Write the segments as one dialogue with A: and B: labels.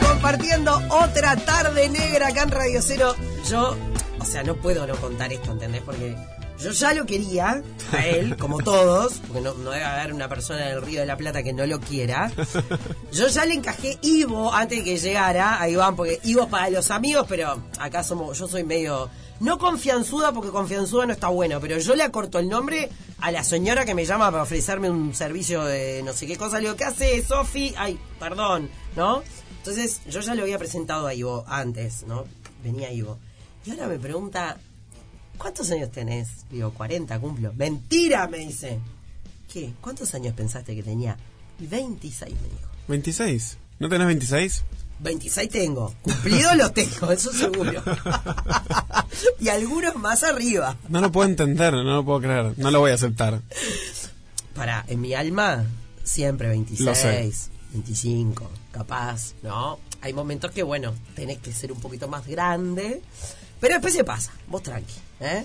A: compartiendo otra tarde negra acá en Radio Cero. Yo, o sea, no puedo no contar esto, ¿entendés? Porque yo ya lo quería a él, como todos, porque no, no debe haber una persona del Río de la Plata que no lo quiera. Yo ya le encajé Ivo antes de que llegara a Iván, porque Ivo es para los amigos, pero acá somos, yo soy medio. No confianzuda, porque confianzuda no está bueno, pero yo le acorto el nombre a la señora que me llama para ofrecerme un servicio de no sé qué cosa. Le digo, ¿qué hace Sofi? Ay, perdón, ¿no? Entonces, yo ya le había presentado a Ivo antes, ¿no? Venía Ivo. Y ahora me pregunta, ¿cuántos años tenés? Digo, 40 cumplo. Mentira, me dice. ¿Qué? ¿Cuántos años pensaste que tenía? 26, me dijo.
B: ¿26? ¿No tenés 26?
A: 26 tengo. Cumplido los tengo, eso seguro. y algunos más arriba.
B: No lo puedo entender, no lo puedo creer. No lo voy a aceptar.
A: Para, en mi alma, siempre
B: Lo sé.
A: 26, 25, capaz, ¿no? Hay momentos que, bueno, tenés que ser un poquito más grande. Pero después se pasa, vos tranqui, ¿eh?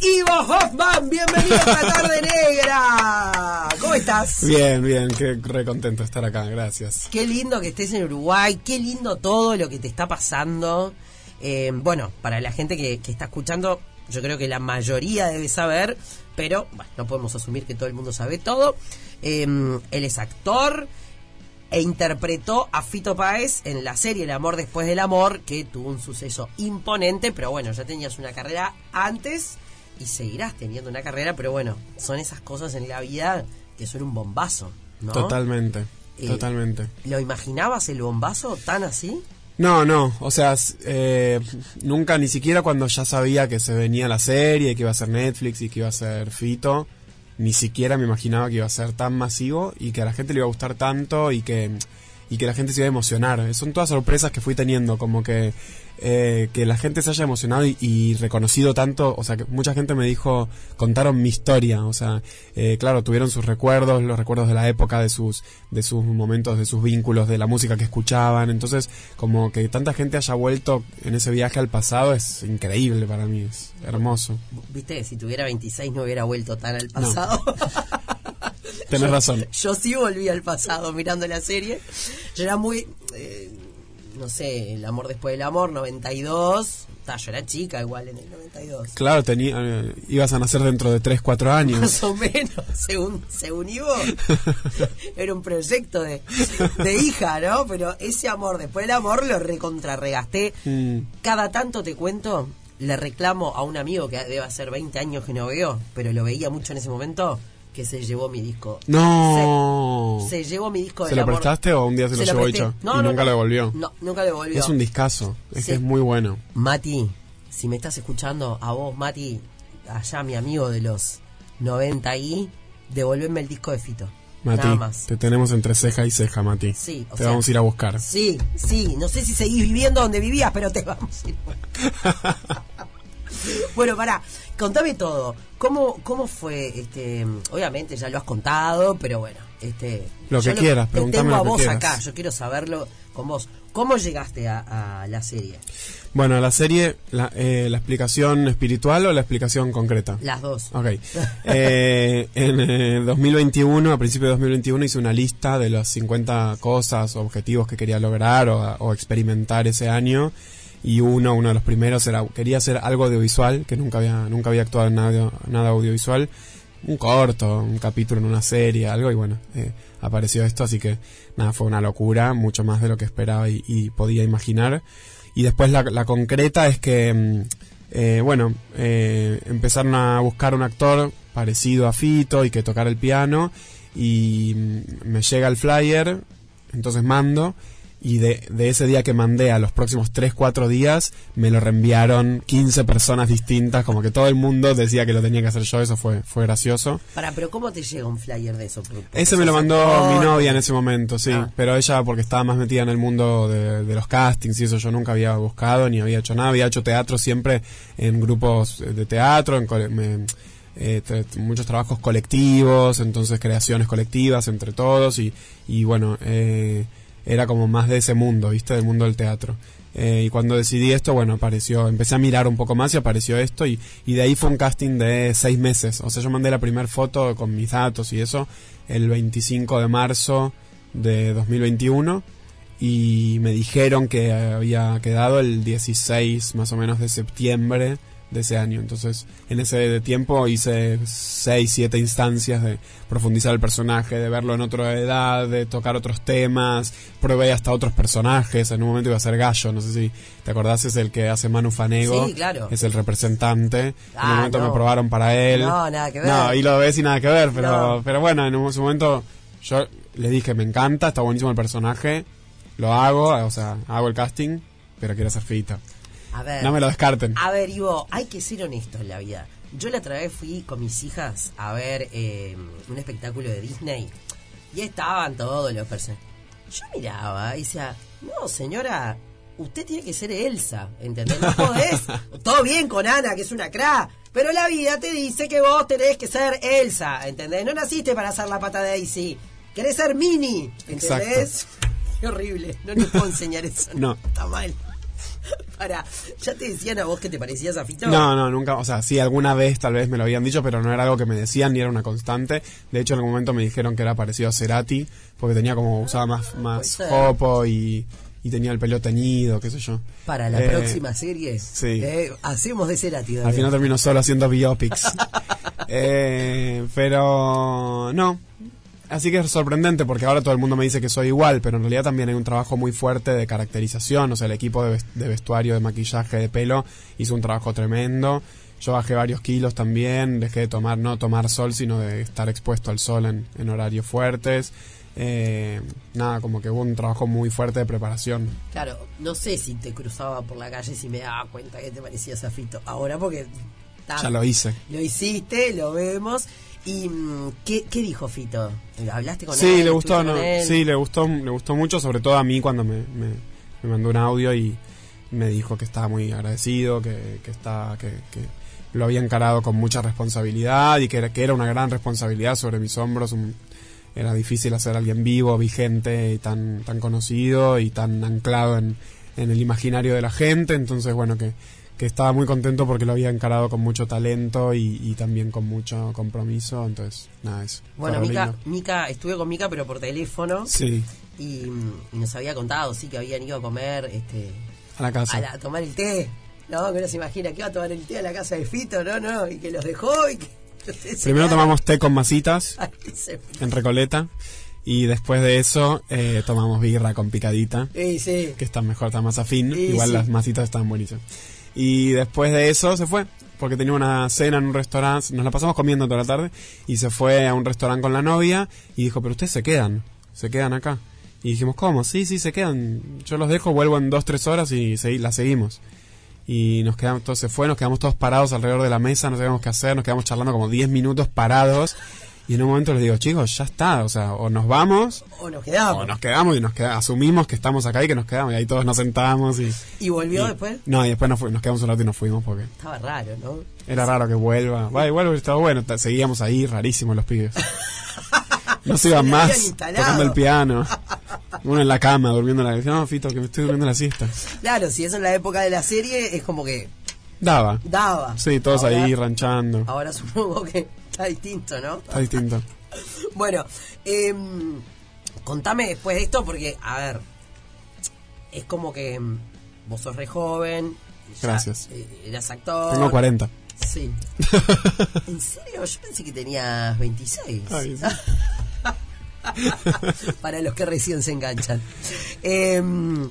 A: Ivo Hoffman, bienvenido a la tarde negra. ¿Cómo estás?
B: Bien, bien, qué re contento de estar acá, gracias.
A: Qué lindo que estés en Uruguay, qué lindo todo lo que te está pasando. Eh, bueno, para la gente que, que está escuchando, yo creo que la mayoría debe saber, pero bueno, no podemos asumir que todo el mundo sabe todo. Eh, él es actor e interpretó a Fito Páez en la serie El amor después del amor, que tuvo un suceso imponente, pero bueno, ya tenías una carrera antes y seguirás teniendo una carrera, pero bueno, son esas cosas en la vida que son un bombazo, ¿no?
B: Totalmente,
A: Eh,
B: totalmente.
A: ¿Lo imaginabas el bombazo tan así?
B: No, no, o sea, s- eh, nunca, ni siquiera cuando ya sabía que se venía la serie, que iba a ser Netflix y que iba a ser Fito, ni siquiera me imaginaba que iba a ser tan masivo y que a la gente le iba a gustar tanto y que, y que la gente se iba a emocionar. Son todas sorpresas que fui teniendo, como que, eh, que la gente se haya emocionado y, y reconocido tanto, o sea, que mucha gente me dijo, contaron mi historia, o sea, eh, claro, tuvieron sus recuerdos, los recuerdos de la época, de sus, de sus momentos, de sus vínculos, de la música que escuchaban, entonces, como que tanta gente haya vuelto en ese viaje al pasado es increíble para mí, es hermoso.
A: Viste, si tuviera 26 no hubiera vuelto tan al pasado.
B: Tenés razón.
A: Yo sí volví al pasado mirando la serie. Yo era muy, eh, no sé, El amor después del amor, 92. Ta, yo era chica igual en el 92.
B: Claro, tenía, eh, ibas a nacer dentro de 3, 4 años.
A: Más o menos, según, según Ivo, era un proyecto de, de hija, ¿no? Pero ese amor, después del amor, lo recontrarregasté.
B: Mm.
A: Cada tanto te cuento, le reclamo a un amigo que debe hacer 20 años que no veo, pero lo veía mucho en ese momento, que se llevó mi disco.
B: No.
A: Se llevó mi disco de
B: ¿Se lo prestaste o un día se lo llevó hecho? Y nunca lo devolvió.
A: No, nunca lo devolvió.
B: Es un discazo, es
A: Sí.
B: que es muy bueno.
A: Mati, si me estás escuchando, a vos, Mati, allá mi amigo de los 90 y devolverme el disco de Fito. Nada
B: Mati,
A: más.
B: te tenemos entre ceja y ceja, Mati.
A: Sí, o
B: te
A: sea-
B: vamos a ir a buscar.
A: Sí, sí, no sé si seguís viviendo donde vivías, pero te vamos a ir. bueno, pará, contame todo. ¿Cómo, ¿Cómo fue? este Obviamente ya lo has contado, pero bueno. este
B: Lo
A: yo
B: que quieras,
A: te
B: preguntame
A: tengo
B: lo
A: a
B: que
A: vos
B: quieras.
A: acá, yo quiero saberlo con vos. ¿Cómo llegaste a, a la serie?
B: Bueno, la serie, la, eh, la explicación espiritual o la explicación concreta?
A: Las dos.
B: Ok. Eh, en eh, 2021, a principios de 2021, hice una lista de las 50 cosas, objetivos que quería lograr o, o experimentar ese año. Y uno, uno de los primeros era, quería hacer algo audiovisual, que nunca había, nunca había actuado en nada, nada audiovisual. Un corto, un capítulo en una serie, algo, y bueno, eh, apareció esto, así que nada, fue una locura, mucho más de lo que esperaba y, y podía imaginar. Y después la, la concreta es que, mm, eh, bueno, eh, empezaron a buscar un actor parecido a Fito y que tocara el piano. Y mm, me llega el flyer, entonces mando. Y de, de ese día que mandé a los próximos 3-4 días, me lo reenviaron 15 personas distintas, como que todo el mundo decía que lo tenía que hacer yo, eso fue, fue gracioso.
A: Pará, pero ¿cómo te llega un flyer de eso? Porque
B: Ese me lo
A: sos
B: mandó
A: actor.
B: mi novia en ese momento, sí.
A: oh, Ah.
B: Pero ella, porque estaba más metida en el mundo de, de los castings y eso, yo nunca había buscado ni había hecho nada. Había hecho teatro siempre en grupos eh, de teatro, en cole- me- eh, tra- muchos trabajos colectivos, entonces creaciones colectivas entre todos. Y, y bueno, eh, era como más de ese mundo, ¿viste? Del mundo del teatro. Eh, y cuando decidí esto, bueno, apareció, empecé a mirar un poco más y apareció esto y, y de ahí fue un casting de seis meses. O sea, yo mandé la primera foto con mis datos y eso el 25 de marzo de 2021 y me dijeron que había quedado el 16 más o menos de septiembre de ese año. Entonces, en ese tiempo hice 6, 7 instancias de profundizar el personaje, de verlo en otra edad, de tocar otros temas, probé hasta otros personajes, en un momento iba a ser Gallo, no sé si te acordás, es el que hace Manu Fanego,
A: Sí, claro.
B: es el representante, en
A: Ah,
B: un momento
A: no.
B: me probaron para él.
A: No, nada que ver.
B: No, y lo ves y nada que ver, pero,
A: No.
B: pero bueno, en un su momento yo le dije, me encanta, está buenísimo el personaje, lo hago, o sea, hago el casting, pero quiero hacer fita.
A: A ver.
B: No me lo descarten.
A: A ver, Ivo, hay que ser honestos en la vida. Yo la otra vez fui con mis hijas a ver eh, un espectáculo de Disney y estaban todos los personajes. Yo miraba y decía, no, señora, usted tiene que ser Elsa, ¿entendés? No podés. Todo bien con Ana, que es una cra, pero la vida te dice que vos tenés que ser Elsa, ¿entendés? No naciste para hacer la pata de Daisy. Querés ser Mini, ¿entendés? Qué horrible. No les puedo enseñar eso.
B: No.
A: Está mal. Para, ¿ya te decían a vos que te parecías a Fito?
B: No, no, nunca, o sea, sí, alguna vez tal vez me lo habían dicho, pero no era algo que me decían ni era una constante. De hecho, en algún momento me dijeron que era parecido a Cerati, porque tenía como, usaba más, más
A: puede ser.
B: jopo y, y tenía el pelo teñido, qué sé yo.
A: Para la
B: Eh,
A: próxima serie,
B: sí.
A: eh, hacemos de Cerati.
B: Al
A: dale.
B: final termino solo haciendo biopics. Eh, pero no. Así que es sorprendente porque ahora todo el mundo me dice que soy igual, pero en realidad también hay un trabajo muy fuerte de caracterización. O sea, el equipo de, ves- de vestuario, de maquillaje, de pelo hizo un trabajo tremendo. Yo bajé varios kilos también, dejé de tomar, no tomar sol, sino de estar expuesto al sol en, en horarios fuertes. Eh, nada, como que hubo un trabajo muy fuerte de preparación.
A: Claro, no sé si te cruzaba por la calle si me daba cuenta que te parecías a Fito. Ahora porque... ta,
B: Ya lo hice.
A: Lo hiciste, lo vemos. ¿Y mm, qué, qué dijo Fito? ¿Hablaste con
B: sí,
A: él?
B: le gustó,
A: ¿Estuviste
B: no,
A: con él?
B: sí, le gustó, le gustó mucho, sobre todo a mí cuando me, me, me mandó un audio y me dijo que estaba muy agradecido, que, que está, que, que lo había encarado con mucha responsabilidad y que era, que era una gran responsabilidad sobre mis hombros. un- era difícil hacer a alguien vivo, vigente, y tan, tan conocido y tan anclado en, en el imaginario de la gente. Entonces, bueno, que, que estaba muy contento porque lo había encarado con mucho talento y, y también con mucho compromiso. Entonces, nada, eso.
A: Bueno,
B: Fue re
A: Mica,
B: lindo.
A: Mica, estuve con Mica, pero por teléfono.
B: Sí.
A: Y, mm, y nos había contado, sí, que habían ido a comer este,
B: A la casa.
A: a, la- a tomar el té. No, que no se imagina que va a tomar el té a la casa de Fito, no, no, y que los dejó y que...
B: Primero tomamos té con masitas
A: Ay, se-
B: en Recoleta y después de eso eh, tomamos birra con picadita,
A: Sí, sí.
B: que está mejor, está más afín.
A: Sí,
B: Igual
A: sí.
B: las masitas están buenísimas. Y después de eso se fue, porque tenía una cena en un restaurante, nos la pasamos comiendo toda la tarde y se fue a un restaurante con la novia y dijo, pero ustedes se quedan, se quedan acá. Y dijimos, ¿cómo? Sí, sí, se quedan. Yo los dejo, vuelvo en dos, tres horas y segui- la seguimos. Y nos quedamos, todos se fue, nos quedamos todos parados alrededor de la mesa, no sabíamos qué hacer, nos quedamos charlando como 10 minutos parados. Y en un momento les digo, chicos, ya está, o sea, o nos vamos,
A: O nos quedamos.
B: o nos quedamos y nos queda- asumimos que estamos acá y que nos quedamos. Y ahí todos nos sentamos y.
A: Y volvió después.
B: No, y después nos, fu- nos quedamos un rato y nos fuimos porque
A: Estaba raro, ¿no?
B: era raro que vuelva. Va, igual hubiera estado bueno, ta- seguíamos ahí, rarísimos los pibes. No se iban
A: Se la habían
B: más,
A: instalado.
B: tocando el piano. Uno en la cama, durmiendo la. No, Fito, que me estoy durmiendo la siesta.
A: Claro, si eso en la época de la serie es como que
B: Daba.
A: daba.
B: Sí, todos
A: Ahora-
B: ahí ranchando.
A: Ahora supongo que está distinto, ¿no?
B: Está distinto.
A: Bueno, em, contame después de esto porque, a ver, es como que em, vos sos re joven. ya,
B: Gracias.
A: eh, eras actor.
B: Tengo 40.
A: Sí. ¿En serio? Yo pensé que tenías 26.
B: Ay, sí.
A: Para los que recién se enganchan. Em,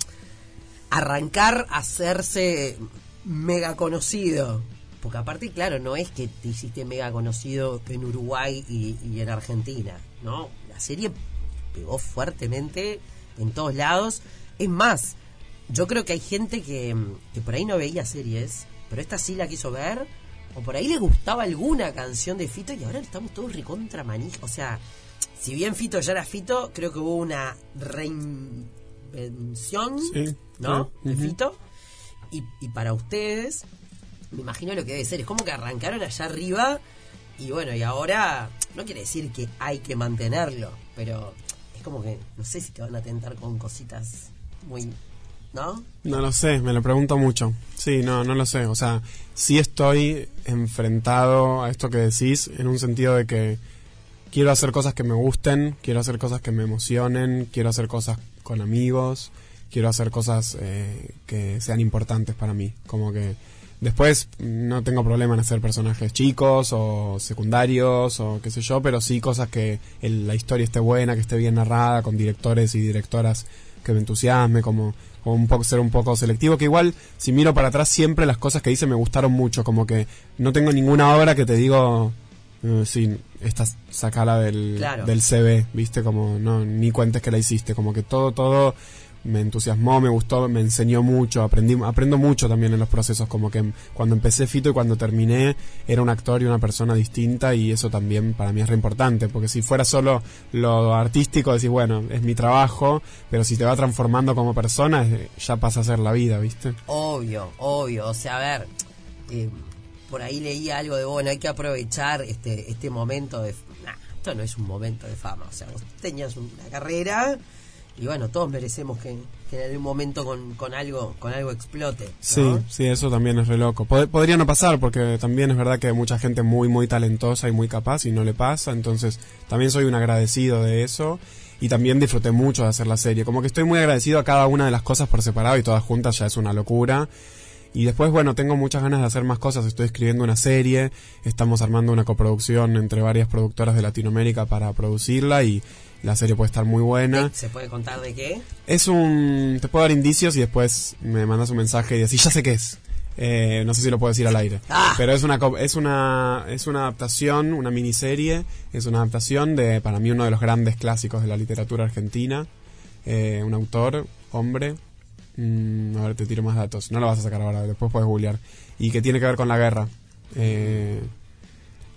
A: arrancar a hacerse mega conocido. Porque aparte, claro, no es que te hiciste mega conocido en Uruguay y, y en Argentina, ¿no? La serie pegó fuertemente en todos lados. Es más, yo creo que hay gente que, mm, que por ahí no veía series, pero esta sí la quiso ver, o por ahí le gustaba alguna canción de Fito y ahora estamos todos recontra maní. O sea, si bien Fito ya era Fito, creo que hubo una reinvención,
B: Sí,
A: ¿no?
B: sí,
A: De
B: ujú.
A: Fito. Y, y para ustedes, me imagino lo que debe ser. Es como que arrancaron allá arriba y bueno, y ahora no quiere decir que hay que mantenerlo, pero es como que no sé si te van a tentar con cositas muy... ¿No?
B: No lo sé, me lo pregunto mucho. Sí, no, no lo sé. O sea, sí estoy enfrentado a esto que decís en un sentido de que quiero hacer cosas que me gusten, quiero hacer cosas que me emocionen, quiero hacer cosas con amigos, quiero hacer cosas eh, que sean importantes para mí. Como que después no tengo problema en hacer personajes chicos o secundarios o qué sé yo, pero sí cosas que el- la historia esté buena, que esté bien narrada, con directores y directoras que me entusiasme, como, como un poco, ser un poco selectivo, que igual si miro para atrás siempre las cosas que hice me gustaron mucho, como que no tengo ninguna obra que te digo... eh, Sí, esta sacala del,
A: Claro.
B: del CV, viste, como no, ni cuentes que la hiciste, como que todo, todo me entusiasmó, me gustó, me enseñó mucho, aprendí, aprendo mucho también en los procesos, como que cuando empecé Fito y cuando terminé era un actor y una persona distinta y eso también para mí es re importante, porque si fuera solo lo artístico, decís, bueno, es mi trabajo, pero si te va transformando como persona, eh, ya pasa a ser la vida, ¿viste?
A: Obvio, obvio. O sea, a ver, eh, por ahí leí algo de, bueno, hay que aprovechar este, este momento de... Nah, esto no es un momento de fama. O sea, vos tenías una carrera y bueno, todos merecemos que, que en algún momento con, con algo con algo explote. ¿no?
B: Sí, sí, eso también es re loco. Pod- podría no pasar, porque también es verdad que hay mucha gente muy, muy talentosa y muy capaz y no le pasa. Entonces, también soy un agradecido de eso. Y también disfruté mucho de hacer la serie. Como que estoy muy agradecido a cada una de las cosas por separado y todas juntas ya es una locura. Y después, bueno, tengo muchas ganas de hacer más cosas. Estoy escribiendo una serie, estamos armando una coproducción entre varias productoras de Latinoamérica para producirla y la serie puede estar muy buena.
A: ¿Se puede contar de qué?
B: Es un. Te puedo dar indicios y después me mandas un mensaje y así ya sé qué es. Eh, no sé si lo puedo decir al aire.
A: Ah.
B: Pero es una, co- es una es una adaptación, una miniserie, es una adaptación de, para mí, uno de los grandes clásicos de la literatura argentina. Eh, un autor, hombre. Mm, a ver, te tiro más datos. No lo vas a sacar ahora, después puedes googlear. Y que tiene que ver con la guerra. Eh,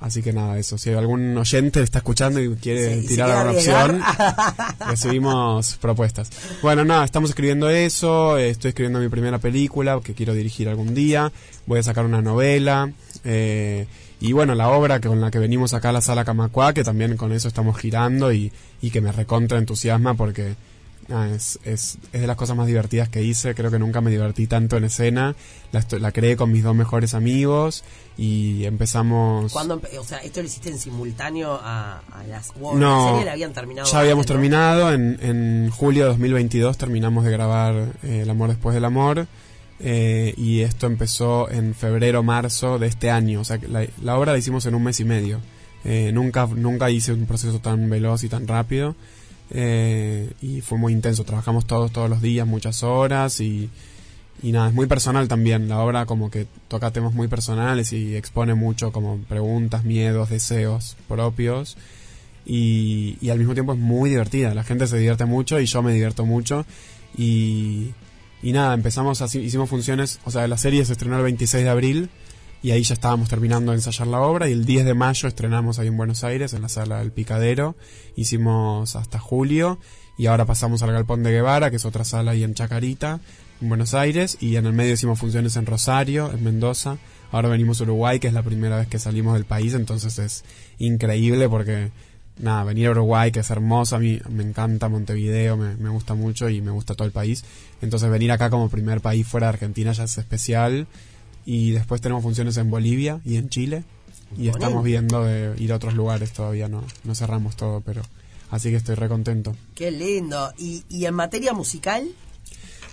B: así que nada, eso. Si algún oyente está escuchando y quiere
A: Sí, y se
B: tirar
A: quiere ah,
B: alguna
A: arriesgar.
B: opción, Recibimos propuestas. Bueno, nada, estamos escribiendo eso. eh, Estoy escribiendo mi primera película que quiero dirigir algún día. Voy a sacar una novela. eh, y bueno, la obra que- con la que venimos acá a la sala Camacuá, que también con eso estamos girando y, y que me recontra entusiasma porque nada, es, es, es de las cosas más divertidas que hice. Creo que nunca me divertí tanto en escena. La, estu- la creé con mis dos mejores amigos y empezamos.
A: ¿Cuándo empe- o sea, esto lo hiciste en simultáneo a, a las Wars.
B: No,
A: ¿La serie la habían terminado?
B: Ya habíamos
A: antes, ¿no?
B: terminado, en, en julio de 2022 terminamos de grabar eh, El amor después del amor eh, y esto empezó en febrero, marzo de este año, o sea que la, la obra la hicimos en un mes y medio, Eh, nunca, nunca hice un proceso tan veloz y tan rápido eh, y fue muy intenso, trabajamos todos, todos los días, muchas horas y, y nada, es muy personal también, la obra como que toca temas muy personales y expone mucho como preguntas, miedos, deseos propios y, y al mismo tiempo es muy divertida. La gente se divierte mucho y yo me divierto mucho. Y, y nada, empezamos así, hicimos funciones, o sea, la serie se estrenó el 26 de abril y ahí ya estábamos terminando de ensayar la obra y el 10 de mayo estrenamos ahí en Buenos Aires, en la sala del Picadero, hicimos hasta julio y ahora pasamos al Galpón de Guevara, que es otra sala ahí en Chacarita, en Buenos Aires, y en el medio hicimos funciones en Rosario, en Mendoza. Ahora venimos a Uruguay, que es la primera vez que salimos del país, entonces es increíble porque nada, venir a Uruguay, que es hermoso, a mí me encanta Montevideo, me, me gusta mucho y me gusta todo el país. Entonces venir acá como primer país fuera de Argentina ya es especial. Y después tenemos funciones en Bolivia y en Chile. Y
A: Bonito.
B: estamos viendo de ir a otros lugares todavía, no, no cerramos todo, pero... Así que estoy re contento.
A: Qué lindo. ¿Y, y en materia musical?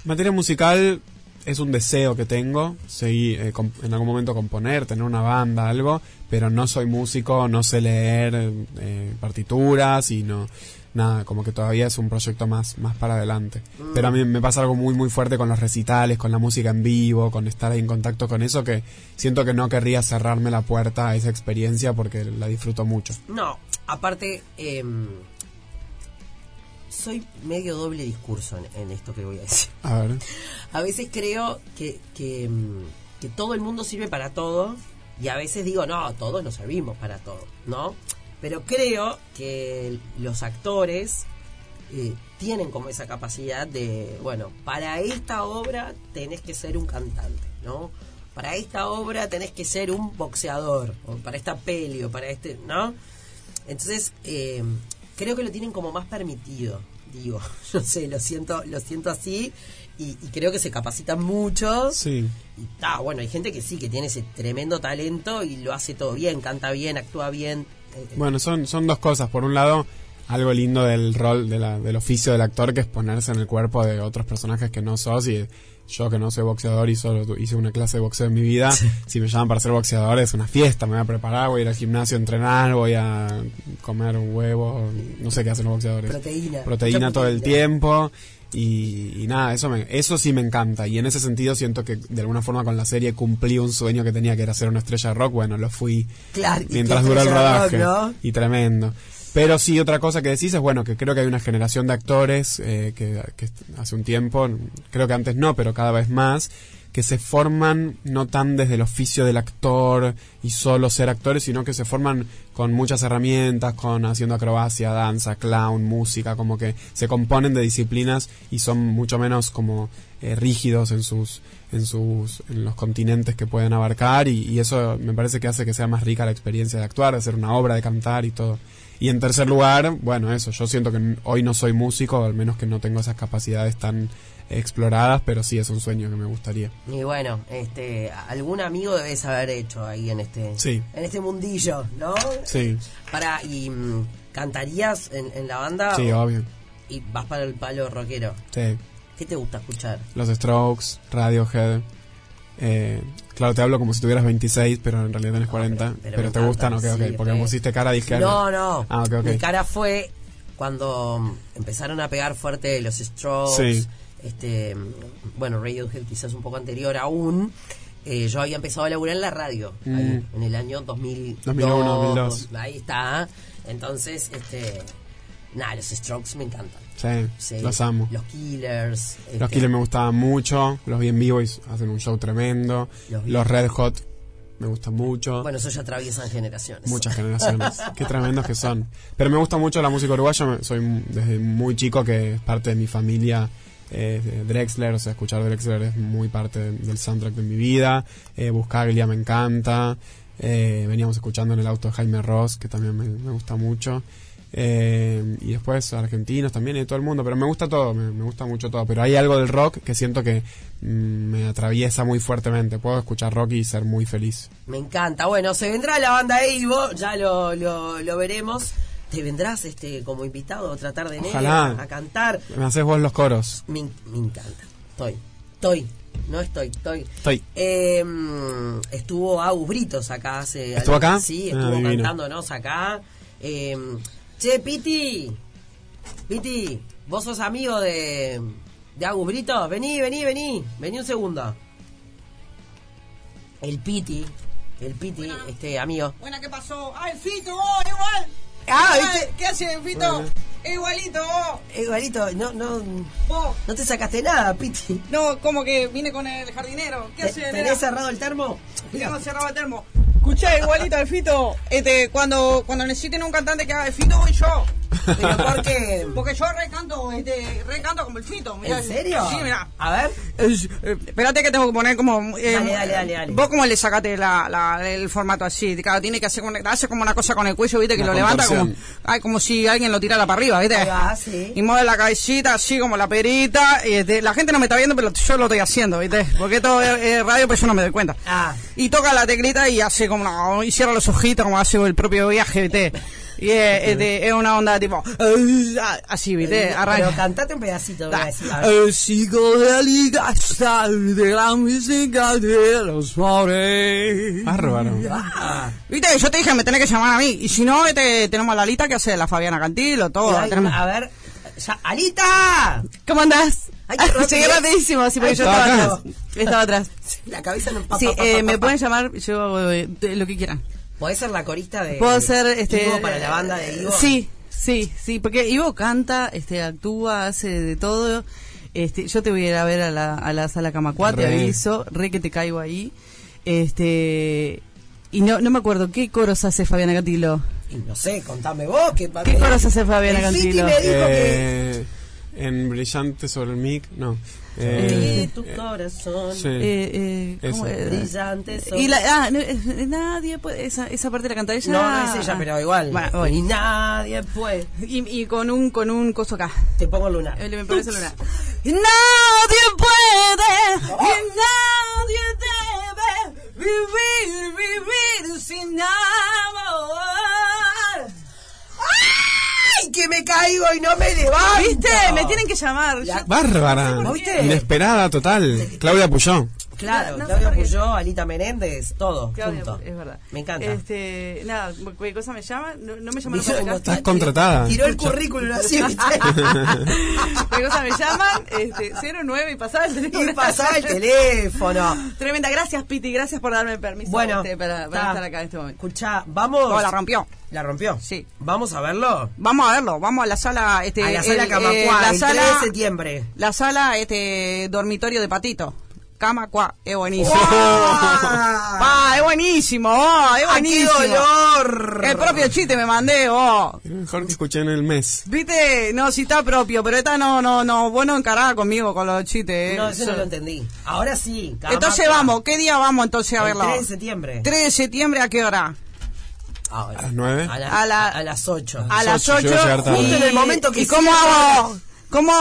B: Materia musical es un deseo que tengo, seguí eh, com- en algún momento componer, tener una banda, algo, pero no soy músico, no sé leer eh, partituras y no nada, como que todavía es un proyecto más más para adelante. Pero a mí me pasa algo muy muy fuerte con los recitales, con la música en vivo, con estar ahí en contacto con eso que siento que no querría cerrarme la puerta a esa experiencia porque la disfruto mucho.
A: No, aparte, em, soy medio doble discurso en, en esto que voy a decir.
B: A ver.
A: A veces creo que, que, em, que todo el mundo sirve para todo y a veces digo, no, todos nos servimos para todo, ¿no? Pero creo que los actores eh, tienen como esa capacidad de, bueno, para esta obra tenés que ser un cantante, ¿no? Para esta obra tenés que ser un boxeador, o para esta peli, o para este, ¿no? Entonces, eh, creo que lo tienen como más permitido, digo. No sé, lo siento, lo siento así, y, y creo que se capacitan mucho.
B: Sí.
A: Y está, bueno, hay gente que sí, que tiene ese tremendo talento y lo hace todo bien, Eh, canta bien, actúa bien, el tema.
B: Bueno, son, son dos cosas. Por un lado, algo lindo del rol, de la- del oficio del actor, que es ponerse en el cuerpo de otros personajes que no sos. Y yo que no soy boxeador y solo tu- hice una clase de boxeo en mi vida, si me llaman para ser boxeador es una fiesta. Me voy a preparar, voy a ir al gimnasio a entrenar, voy a comer un huevo, no sé qué hacen los boxeadores.
A: proteína.
B: proteína
A: Mucha
B: todo el
A: proteína.
B: tiempo y, y nada, eso, me- eso sí me encanta y en ese sentido siento que de alguna forma con la serie cumplí un sueño que tenía que era ser una estrella de rock, bueno, lo fui
A: Claro, y que
B: mientras duró el
A: estrella de rock,
B: rodaje
A: ¿no?
B: y tremendo. Pero sí, otra cosa que decís es, bueno, que creo que hay una generación de actores eh, que, que hace un tiempo, creo que antes no, pero cada vez más, que se forman no tan desde el oficio del actor y solo ser actores, sino que se forman con muchas herramientas, con haciendo acrobacia, danza, clown, música, como que se componen de disciplinas y son mucho menos como eh, rígidos en sus en sus en los continentes que pueden abarcar y, y eso me parece que hace que sea más rica la experiencia de actuar, de hacer una obra, de cantar y todo. Y en tercer lugar, bueno, eso, yo siento que n- hoy no soy músico, al menos que no tengo esas capacidades tan exploradas, pero sí es un sueño que me gustaría.
A: Y bueno, este, algún amigo debes haber hecho ahí en este,
B: Sí.
A: en este mundillo, ¿no?
B: Sí,
A: Para, y mm, cantarías en, en la banda
B: sí, obvio.
A: y vas para el palo rockero.
B: Sí.
A: ¿Qué te gusta escuchar?
B: Los Strokes, Radiohead. Eh, claro, te hablo como si tuvieras 26, pero en realidad tenés 40.
A: pero- pero
B: pero
A: me
B: te gustan, ok,
A: encantan,
B: ok.
A: sí,
B: porque
A: re.
B: me pusiste cara de izquierda.
A: No, no.
B: Ah, ok, ok.
A: Mi cara fue cuando mm, empezaron a pegar fuerte los Strokes.
B: Sí.
A: Este, mm, bueno, Radiohead quizás un poco anterior aún. Eh, yo había empezado a laburar en la radio ahí,
B: Mm.
A: en el año 2002.
B: 2001, 2002.
A: Ahí está. Entonces, este, nada, los Strokes me encantan.
B: Sí,
A: Sí.
B: los amo.
A: Los Killers. este,
B: Los Killers me gustaban mucho, los vi en vivo y hacen un show tremendo.
A: Los
B: Los,
A: vi.
B: Red Hot me gustan mucho.
A: Bueno, eso ya atraviesan generaciones.
B: Muchas generaciones, qué tremendos que son. Pero me gusta mucho la música uruguaya, me- soy m- desde muy chico que es parte de mi familia. eh, de Drexler, o sea, escuchar Drexler es muy parte de- del soundtrack de mi vida. Eh, Buscaglia me encanta. Eh, veníamos escuchando en el auto Jaime Ross, que también me, me gusta mucho. Eh, y después argentinos también y de todo el mundo, pero me gusta todo, me, me gusta mucho todo. Pero hay algo del rock que siento que mm, me atraviesa muy fuertemente. Puedo escuchar rock y ser muy feliz.
A: Me encanta. Bueno, se vendrá la banda Eivo, ya lo, lo, lo veremos. Te vendrás este como invitado otra tarde negra
B: Ojalá.
A: a cantar.
B: Me haces vos los coros.
A: Me, en- me encanta. Estoy, estoy, no estoy, estoy.
B: Estoy.
A: Eh, mm, estuvo Agus Britos acá hace.
B: ¿Estuvo acá?
A: Sí,
B: Ah,
A: estuvo
B: divino.
A: cantándonos acá. Eh, che, Piti, Piti, vos sos amigo de, de Agus Britos. Vení, vení, vení, vení un segundo. El Piti, el Piti, este amigo.
C: Buena, ¿qué pasó? Ah, el Fito, vos, igual.
A: Ah,
C: Igual,
A: ¿viste?
C: ¿Qué hace, Fito?
B: Bueno.
C: Igualito, vos.
A: Eh, Igualito, no, no, no
C: Vos.
A: te sacaste nada, Piti.
C: No, como que vine con el jardinero. ¿Qué
A: ¿Te-
C: hace,
A: ¿Tenés cerrado el termo?
C: Tenemos cerrado el termo. Escuché igualito al Fito. Este, cuando, cuando necesiten un cantante que haga el Fito, voy yo.
A: Pero ¿por qué?
C: Porque yo recanto, este, recanto como el Fito. mirá.
A: ¿En serio?
C: Sí, mirá.
A: A ver.
C: Es- eh, Espérate que tengo que poner como... eh,
A: Dale, dale, dale, dale.
C: Vos como le sacaste la, la- el formato así. Claro, tiene que hacer, una- hace como una cosa con el cuello, viste, que
B: Una
C: lo levanta como...
B: contorsión.
C: Ay, como si alguien lo tirara para arriba, viste.
A: Ahí va, sí.
C: Y mueve la cabecita así como la perita. y, este, la gente no me está viendo, pero yo lo estoy haciendo, viste. Porque esto es, es radio, pero yo no me doy cuenta.
A: Ah.
C: Y toca la teclita y hace como... una- y cierra los ojitos como hace el propio viaje, viste. Y eh, este, es una onda tipo... ah, Así, viste. Arranca.
A: Pero cantate un pedacito, voy a decir.
D: Ah,
A: A ver.
C: El psicodélica está de la música de los pobres.
B: Bárbaro.
D: eh,
A: Ah,
C: Viste, yo te dije, me tenés que llamar a mí. Y si no, este, tenemos a Lalita que hace la Fabiana Cantilo,
D: oh,
C: todo.
A: y ahí,
C: tenemos-
A: a ver. Ya, ¡Alita!
D: ¿Cómo andás?
A: Ay, qué rápido.
D: Llegué rapidísimo, sí, porque
A: Ay,
D: yo estaba
B: ¿estabas
D: atrás. Estaba atrás.
A: La cabeza no pa,
D: Sí,
A: pa, pa,
D: eh,
A: pa,
D: me
A: pa.
D: pueden llamar, yo eh, de- lo que quieran.
A: ¿Podés ser la corista de.
D: Puedo ser este
A: Ivo Eh, para la banda de Ivo?
D: Sí, sí, sí, porque Ivo canta, este actúa, hace de todo. Este, yo te voy a ir a ver a la, a la sala Camacuá, te
B: Re.
D: aviso, re que te caigo ahí. Este y no, no me acuerdo qué coros hace Fabiana Cantilo.
A: Y no sé, contame vos. Que, eh,
D: ¿Qué coros hace Fabiana
A: El Fiti
D: Cantilo?
A: me dijo que.
B: Eh, en Brillante sobre el mic, no.
A: Eh,
B: Eh,
A: tu
B: eh,
A: corazón.
B: sí.
D: Eh, eh, ¿cómo
B: Eso.
D: era?
A: Brillante sol.
D: Y la, ah, no, eh, nadie puede, esa, esa parte la canta ella.
A: No, no es ella, pero igual.
D: Bueno, voy.
A: Ni nadie puede.
D: Y, y con un con un coso acá.
A: Te pongo lunar.
D: El- Me parece Luna. Y Nadie puede, y nadie debe vivir, vivir sin amor.
A: que me caigo y no me levanto.
D: ¿Viste? Me tienen que llamar.
A: La-
D: Yo-
B: Bárbara.
A: ¿No viste?
B: Inesperada total. Claudia Puyón.
A: Claro,
D: No sé
A: Claudio
D: por qué.
A: Puyó, Alita Menéndez, todo
D: Claudia,
A: junto.
D: es verdad.
A: Me encanta.
D: Este, nada, cualquier cosa me llama, no, no me llaman
A: Viste
D: para
A: cómo
D: acá.
B: Estás contratada.
A: Tiró el currículum así,
D: Cualquier cosa me llaman, este, 09 y pasaba el
A: y
D: teléfono.
A: pasaba el teléfono.
D: Tremenda, gracias Piti, gracias por darme el permiso
A: Bueno,
D: este, para, para
A: está.
D: estar acá en este momento.
A: Escuchá, vamos.
C: No, la rompió.
A: ¿La rompió?
C: Sí.
A: ¿Vamos a verlo?
C: Vamos a verlo, vamos a la sala. Este,
A: a la sala
C: el,
A: Camacuá,
C: eh, la
A: el
C: sala,
A: 3 de septiembre.
C: La sala, este, dormitorio de patito. Camacuá, es buenísimo.
A: ¡Guau!
C: ¡Ah, es buenísimo! ¡Oh, es
A: ¡Ah, qué
C: buenísimo!
A: dolor!
C: El propio chiste me mandé, oh.
B: Es lo Mejor que escuché en el mes.
C: Viste, no, si está propio, pero esta no, no, no, vos no encarada conmigo con los chistes. eh.
A: No, eso no lo entendí. Ahora sí. Camacuá.
C: Entonces vamos, ¿qué día vamos entonces a
A: El
C: verlo?
A: 3 de septiembre.
C: 3 de septiembre, ¿a qué hora?
A: Ahora.
B: ¿A las nueve?
A: A, la-
C: A la-
A: a las 8.
C: A las
B: ocho, yo voy
C: 8.
B: a llegar tarde.
A: Justo en el momento que
C: ¿Y cómo
A: cierra.
C: hago? ¿Cómo,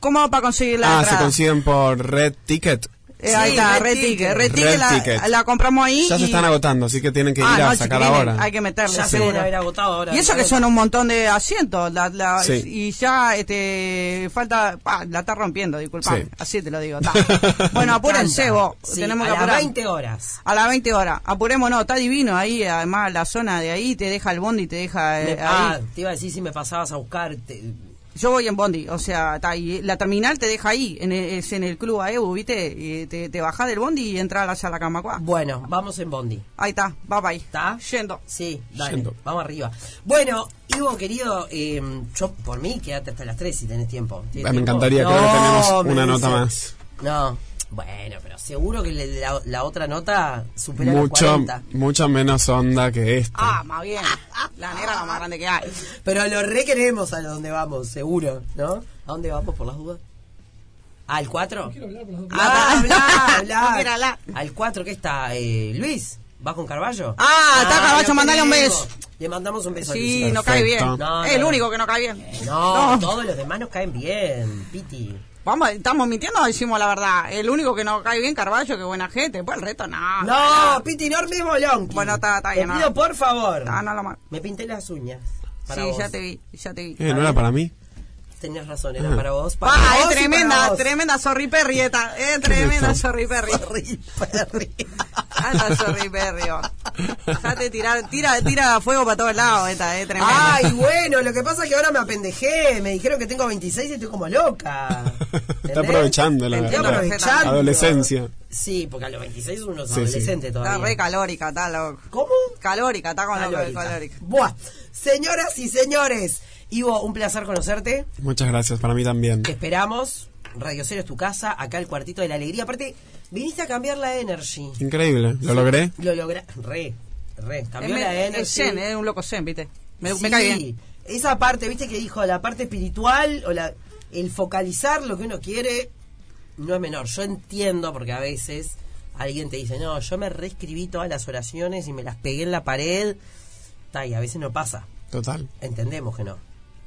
C: cómo hago para conseguir la
B: Ah, se
C: entrada?
B: consiguen por Red Ticket.
C: Eh, ahí
A: Sí,
C: está,
A: Red
C: Red
A: Ticket.
C: Ticket. Red
B: Red
C: Ticket la,
B: Ticket.
C: la compramos ahí.
B: Ya se
C: y-
B: están agotando, así que tienen que ir
C: Ah, no,
B: a
C: si
B: sacar
C: tienen,
B: ahora.
C: Hay que meterle,
A: Ya se
C: seguro.
A: deben haber agotado ahora.
C: Y eso que son un montón de asientos. La, la-
B: Sí.
C: Y ya este, falta. pa, la está rompiendo, disculpa.
B: Sí.
C: Así te lo digo. ta. bueno, apúrense vos.
A: Sí,
C: Tenemos
A: a
C: que
A: las
C: apurar.
A: 20 horas.
C: A las 20 horas. Apurémonos, está divino ahí. Además, la zona de ahí te deja el bondi, te deja. eh,
A: Me-
C: ahí.
A: ah, te iba a decir si me pasabas a buscar. te-
C: Yo voy en bondi, o sea, está ahí. eh, la terminal te deja ahí, en el, es en el club AEU, ¿viste? Y te, te bajás del bondi y entras a la sala Camacuá.
A: Bueno, vamos en Bondi.
C: Ahí está, bye bye.
A: ¿Está?
C: Yendo.
A: Sí, dale,
B: Yendo.
A: vamos arriba. Bueno, Ivo, querido, eh, yo por mí quédate hasta las 3 si tenés tiempo. ¿Tienes
B: Ah, me
A: tiempo?
B: encantaría, creo que tenemos
A: me
B: una
A: dice.
B: nota más.
A: No, bueno, pero seguro que le- la, la otra nota supera
B: Mucho,
A: los 40.
B: mucho menos onda que esta.
C: Ah, más bien. La negra la más grande que hay.
A: Pero lo re queremos a donde vamos, seguro, ¿no? ¿A dónde vamos por las dudas? ¿Al 4? No quiero hablar por las dudas. Ah, habla, habla.
C: No quiero hablar.
A: ¿Al 4 qué está? Eh, ¿Luis? ¿Vas con Carballo?
C: Ah, está Carballo,
A: lo
C: mandale un
A: queremos.
C: beso.
A: Le mandamos un beso a
C: Sí,
A: Luisito.
C: no cae bien.
B: Perfecto.
A: No,
C: es el
A: no.
C: único que no cae bien.
A: No,
C: No.
A: todos los demás nos caen bien, Piti.
C: Vamos, ¿estamos mintiendo o decimos la verdad? El único que no cae bien, Carballo, que buena gente. Pues el resto, no.
A: No, Piti, no es bolón.
C: Bueno, está- está bien,
A: Te
C: no. Ah,
A: pido, por favor.
C: No, no lo ma-
A: Me pinté las uñas. Para
C: Sí,
A: vos.
C: ya te vi, ya te vi.
B: Eh, ¿No era para mí?
A: Tenías razón, era
B: Ajá.
A: para vos. Para
C: Ah, es
A: vos y para
C: tremenda,
A: vos.
C: tremenda sorry perry esta. Es tremenda
B: esto?
C: sorry perry.
A: Perry, perry.
C: Anda, sorry perrio. Dejate tirar, tira, tira fuego para todos lados esta, es tremenda.
A: Ay, bueno, lo que pasa es que ahora me apendejé. Me dijeron que tengo 26 y estoy como loca.
B: Está aprovechando la,
A: Estoy
B: la
A: aprovechando.
B: adolescencia.
A: Sí, porque a los 26 uno es
B: Sí, sí.
A: adolescente
C: Está
A: todavía.
C: re calórica, está loco.
A: ¿Cómo?
C: Calórica, está con loco de
A: Calórica.
C: calórica.
A: Buah. Señoras y señores, Ivo, un placer conocerte.
B: Muchas gracias, para mí también.
A: Te esperamos. Radio Cero es tu casa, acá el cuartito de la alegría. Aparte, viniste a cambiar la energy.
B: Increíble, lo logré.
A: Lo logra. Re, re. Cambió
C: Es
A: la
C: me-
A: energy.
C: Es ¿eh? zen, es un loco zen, viste. Me, me
A: Sí,
C: cae bien.
A: Esa parte, viste que dijo, la parte espiritual o la, el focalizar lo que uno quiere no es menor. Yo entiendo porque a veces alguien te dice, no, yo me reescribí todas las oraciones y me las pegué en la pared. Ta, y a veces no pasa.
B: Total.
A: Entendemos que no.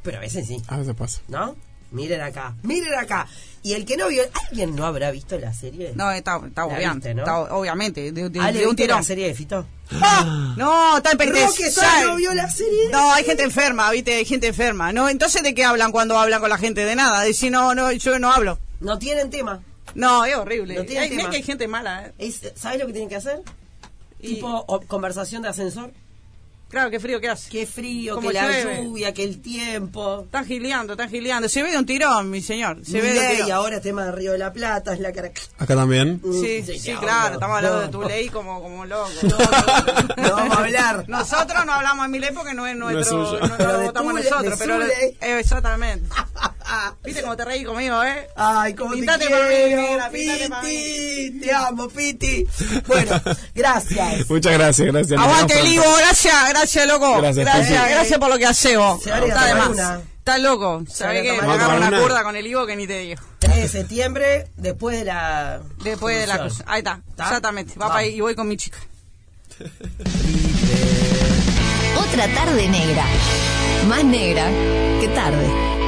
A: Pero a veces sí.
B: A veces pasa.
A: ¿No? Miren acá, miren acá. Y el que no vio, ¿alguien no habrá visto la serie?
C: No, está, está
A: La viste,
C: obviante.
A: ¿no?
C: está obviamente, de, de-
A: ¿Ale
C: de un
A: viste la
C: tirón.
A: serie de Fito?
C: ¡Ah! No, está en pendejo.
A: Roque Sá no vio la serie.
C: No, hay gente enferma, viste, hay gente enferma. No, entonces de qué hablan cuando hablan con la gente de nada, de si no, no, yo no hablo.
A: No tienen tema.
C: No, es horrible.
A: No tiene
C: Ay, mirá
A: tema.
C: que hay gente mala, eh.
A: Es- ¿Sabes lo que tienen que hacer?
C: Y-
A: Tipo o- conversación de ascensor.
C: Claro, qué frío que hace.
A: Qué frío,
C: Como
A: que la
C: llueve.
A: lluvia, que el tiempo.
C: Están gileando, están gileando. Se ve de un tirón, mi señor. Se ve de un
A: Milei,
C: tirón.
A: ahora tema de Río de la Plata, es la cara.
B: Acá también.
C: Sí, sí,
A: Sí,
C: claro,
A: no,
C: estamos hablando
A: no,
C: de tu
A: no.
C: ley como, como loco.
A: No vamos a hablar.
C: Nosotros no hablamos de mi ley porque no es nuestro,
B: suyo.
C: no, no
A: Pero
C: lo
A: de
C: votamos
A: tu ley,
C: nosotros,
A: de
C: pero
A: su ley.
C: eh, exactamente. Viste cómo te reí conmigo, ¿eh?
A: Ay, cómo
C: Pintate
A: te
C: para mí,
A: quiero,
C: negra, pintate para
A: Piti. Te amo, Piti. Bueno, gracias.
B: Muchas gracias, gracias. Nos
C: Aguante,
B: vemos
C: Ligo,
B: pronto.
C: gracias, gracias, loco.
B: Gracias,
C: Gracias, gracias,
A: Pichi.
C: por lo que hace vos.
A: Se van a ir a
C: Está de
A: tomar
C: más.
A: una.
C: Está loco.
A: Se van a
C: Sabés que
A: tomar
C: me
B: una.
C: agarra una
B: Una.
C: curda con el Ivo que ni te digo.
A: 3 de septiembre, después de la.
C: Después de la cosa.
A: función.
C: Ahí está,
A: ¿Está?
C: exactamente. Va
A: Va.
C: para ahí y voy con mi chica.
E: Otra tarde negra. Más negra que tarde.